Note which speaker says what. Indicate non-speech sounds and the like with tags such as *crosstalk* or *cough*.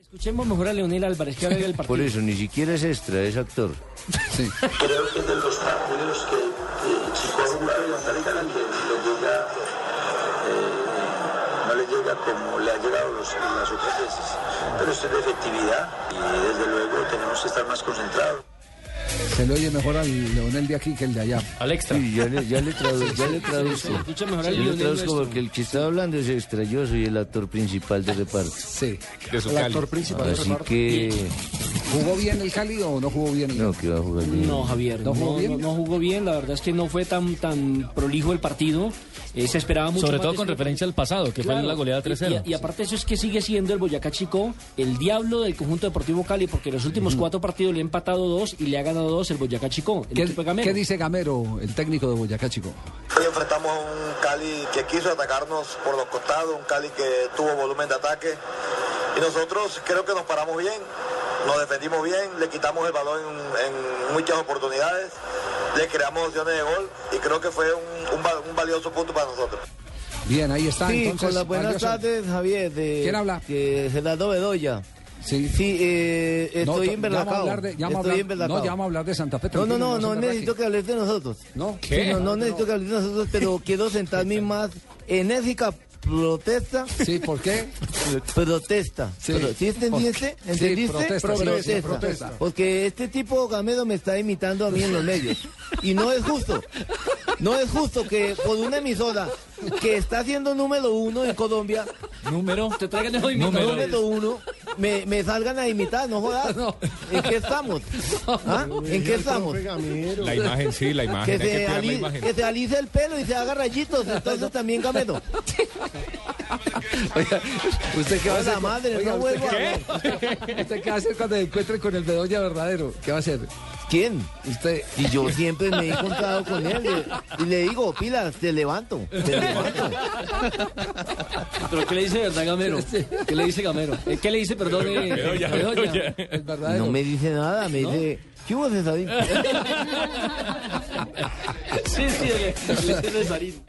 Speaker 1: Escuchemos mejor a Leonel Álvarez, que ahora llega el partido.
Speaker 2: Por eso, ni siquiera es extra, es actor.
Speaker 3: creo que es de los partidos que eh, Chico de Costa Rica que le llega, eh, no le llega como le ha llegado los- las otras veces. Pero esto es de efectividad y desde luego tenemos que estar más concentrados.
Speaker 4: Se le oye mejor al Leonel de aquí que el de allá.
Speaker 1: Al extra.
Speaker 2: Sí, ya le, ya le, tradu- ya le traduzco.
Speaker 1: Escucha mejor
Speaker 2: Ya
Speaker 1: al
Speaker 2: le
Speaker 1: Leonel
Speaker 2: traduzco
Speaker 1: nuestro.
Speaker 2: porque el que está hablando es extra. Yo soy el actor principal de reparto.
Speaker 4: Sí. el actor principal del
Speaker 2: Así
Speaker 4: reparto.
Speaker 2: que.
Speaker 4: ¿Jugó bien el Cali o no jugó bien el
Speaker 2: No, que va a jugar bien.
Speaker 1: No, Javier, no,
Speaker 4: ¿No jugó
Speaker 1: no-
Speaker 4: bien?
Speaker 1: no jugó bien. La verdad es que no fue tan, tan prolijo el partido. Eh, se esperaba mucho.
Speaker 5: Sobre
Speaker 1: más
Speaker 5: todo
Speaker 1: de
Speaker 5: con
Speaker 1: este-
Speaker 5: referencia al pasado, que fue
Speaker 1: Claro.
Speaker 5: la goleada
Speaker 1: Y, y
Speaker 5: 3-0.
Speaker 1: aparte, eso es que sigue siendo el Boyacá Chico el diablo del conjunto deportivo Cali, porque en los últimos cuatro partidos le ha empatado dos y le ha ganado dos el Boyacá Chico. El
Speaker 4: ¿Qué,
Speaker 1: equipo de Gamero.
Speaker 4: qué dice Gamero, el técnico de Boyacá, chico?
Speaker 3: Hoy enfrentamos a un Cali que quiso atacarnos por los costados, un Cali que tuvo volumen de ataque. Y nosotros creo que nos paramos bien, nos defendimos bien, le quitamos el balón en, en muchas oportunidades, le creamos opciones de gol y creo que fue un- un val- un valioso punto para nosotros.
Speaker 4: Bien, ahí está.
Speaker 2: Sí,
Speaker 4: Ah, entonces,
Speaker 2: con las buenas
Speaker 4: valioso.
Speaker 2: tardes, Javier. De,
Speaker 4: ¿Quién habla?
Speaker 2: Que Gerardo Bedoya.
Speaker 4: Sí.
Speaker 2: Sí, eh,
Speaker 4: No,
Speaker 2: estoy
Speaker 4: to- ya vamos a
Speaker 2: emberracado.
Speaker 4: hablar de- ya vamos a
Speaker 2: Estoy
Speaker 4: hablar-
Speaker 2: emberracado.
Speaker 4: no, ya vamos a hablar de Santa Fe,
Speaker 2: No, no,
Speaker 4: tranquilo,
Speaker 2: no,
Speaker 4: no
Speaker 2: no
Speaker 4: se
Speaker 2: necesito
Speaker 4: emberraque.
Speaker 2: que hables de nosotros.
Speaker 4: No.
Speaker 2: Sí, no, *laughs* no necesito que hables de nosotros,
Speaker 4: *laughs*
Speaker 2: pero quiero sentar mi más enérgica
Speaker 4: *laughs*
Speaker 2: protesta.
Speaker 4: Sí, ¿por qué?
Speaker 2: Protesta.
Speaker 4: Sí.
Speaker 2: Pero, ¿Sí entendiste?
Speaker 4: Sí,
Speaker 2: ¿Entendiste?
Speaker 4: protesta, sí, sí, protesta.
Speaker 2: Porque este tipo Gamero me está imitando a mí en los medios. Y no es justo. No es justo que por una emisora que está siendo número uno en Colombia,
Speaker 5: Número.
Speaker 1: Te traigan esos
Speaker 5: Número.
Speaker 1: imitadores.
Speaker 2: número uno, me, me salgan a imitar, no jodas. ¿En qué estamos? ¿Ah? ¿En qué estamos?
Speaker 6: La imagen, sí, la imagen.
Speaker 2: Que
Speaker 6: hay que
Speaker 2: se,
Speaker 6: cuidar la
Speaker 2: ali-
Speaker 6: imagen.
Speaker 2: que se alice el pelo y se haga rayitos, entonces también Gamero.
Speaker 4: Oiga, ¿usted qué va a hacer?
Speaker 2: Hola, madre,
Speaker 4: Oiga,
Speaker 2: no
Speaker 4: ¿usted
Speaker 2: vuelvo a
Speaker 4: qué-
Speaker 2: hablar.
Speaker 4: ¿Usted qué va a hacer cuando se encuentre con el Bedoya verdadero? ¿Qué va a hacer?
Speaker 2: ¿Quién?
Speaker 4: Usted...
Speaker 2: Y *laughs* yo siempre me he encontrado con él y, y le digo, pilas, te levanto. Te levanto.
Speaker 1: ¿Pero qué le dice, verdad, Gamero? ¿Qué le dice Gamero? Eh, ¿Qué le dice, perdón, eh,
Speaker 6: Bedoya,
Speaker 1: Bedoya?
Speaker 6: Bedoya.
Speaker 4: El verdadero.
Speaker 2: No me dice nada, me dice, ¿qué hubo Cesarín?".
Speaker 1: Sí, sí, le, le dice Cesarín.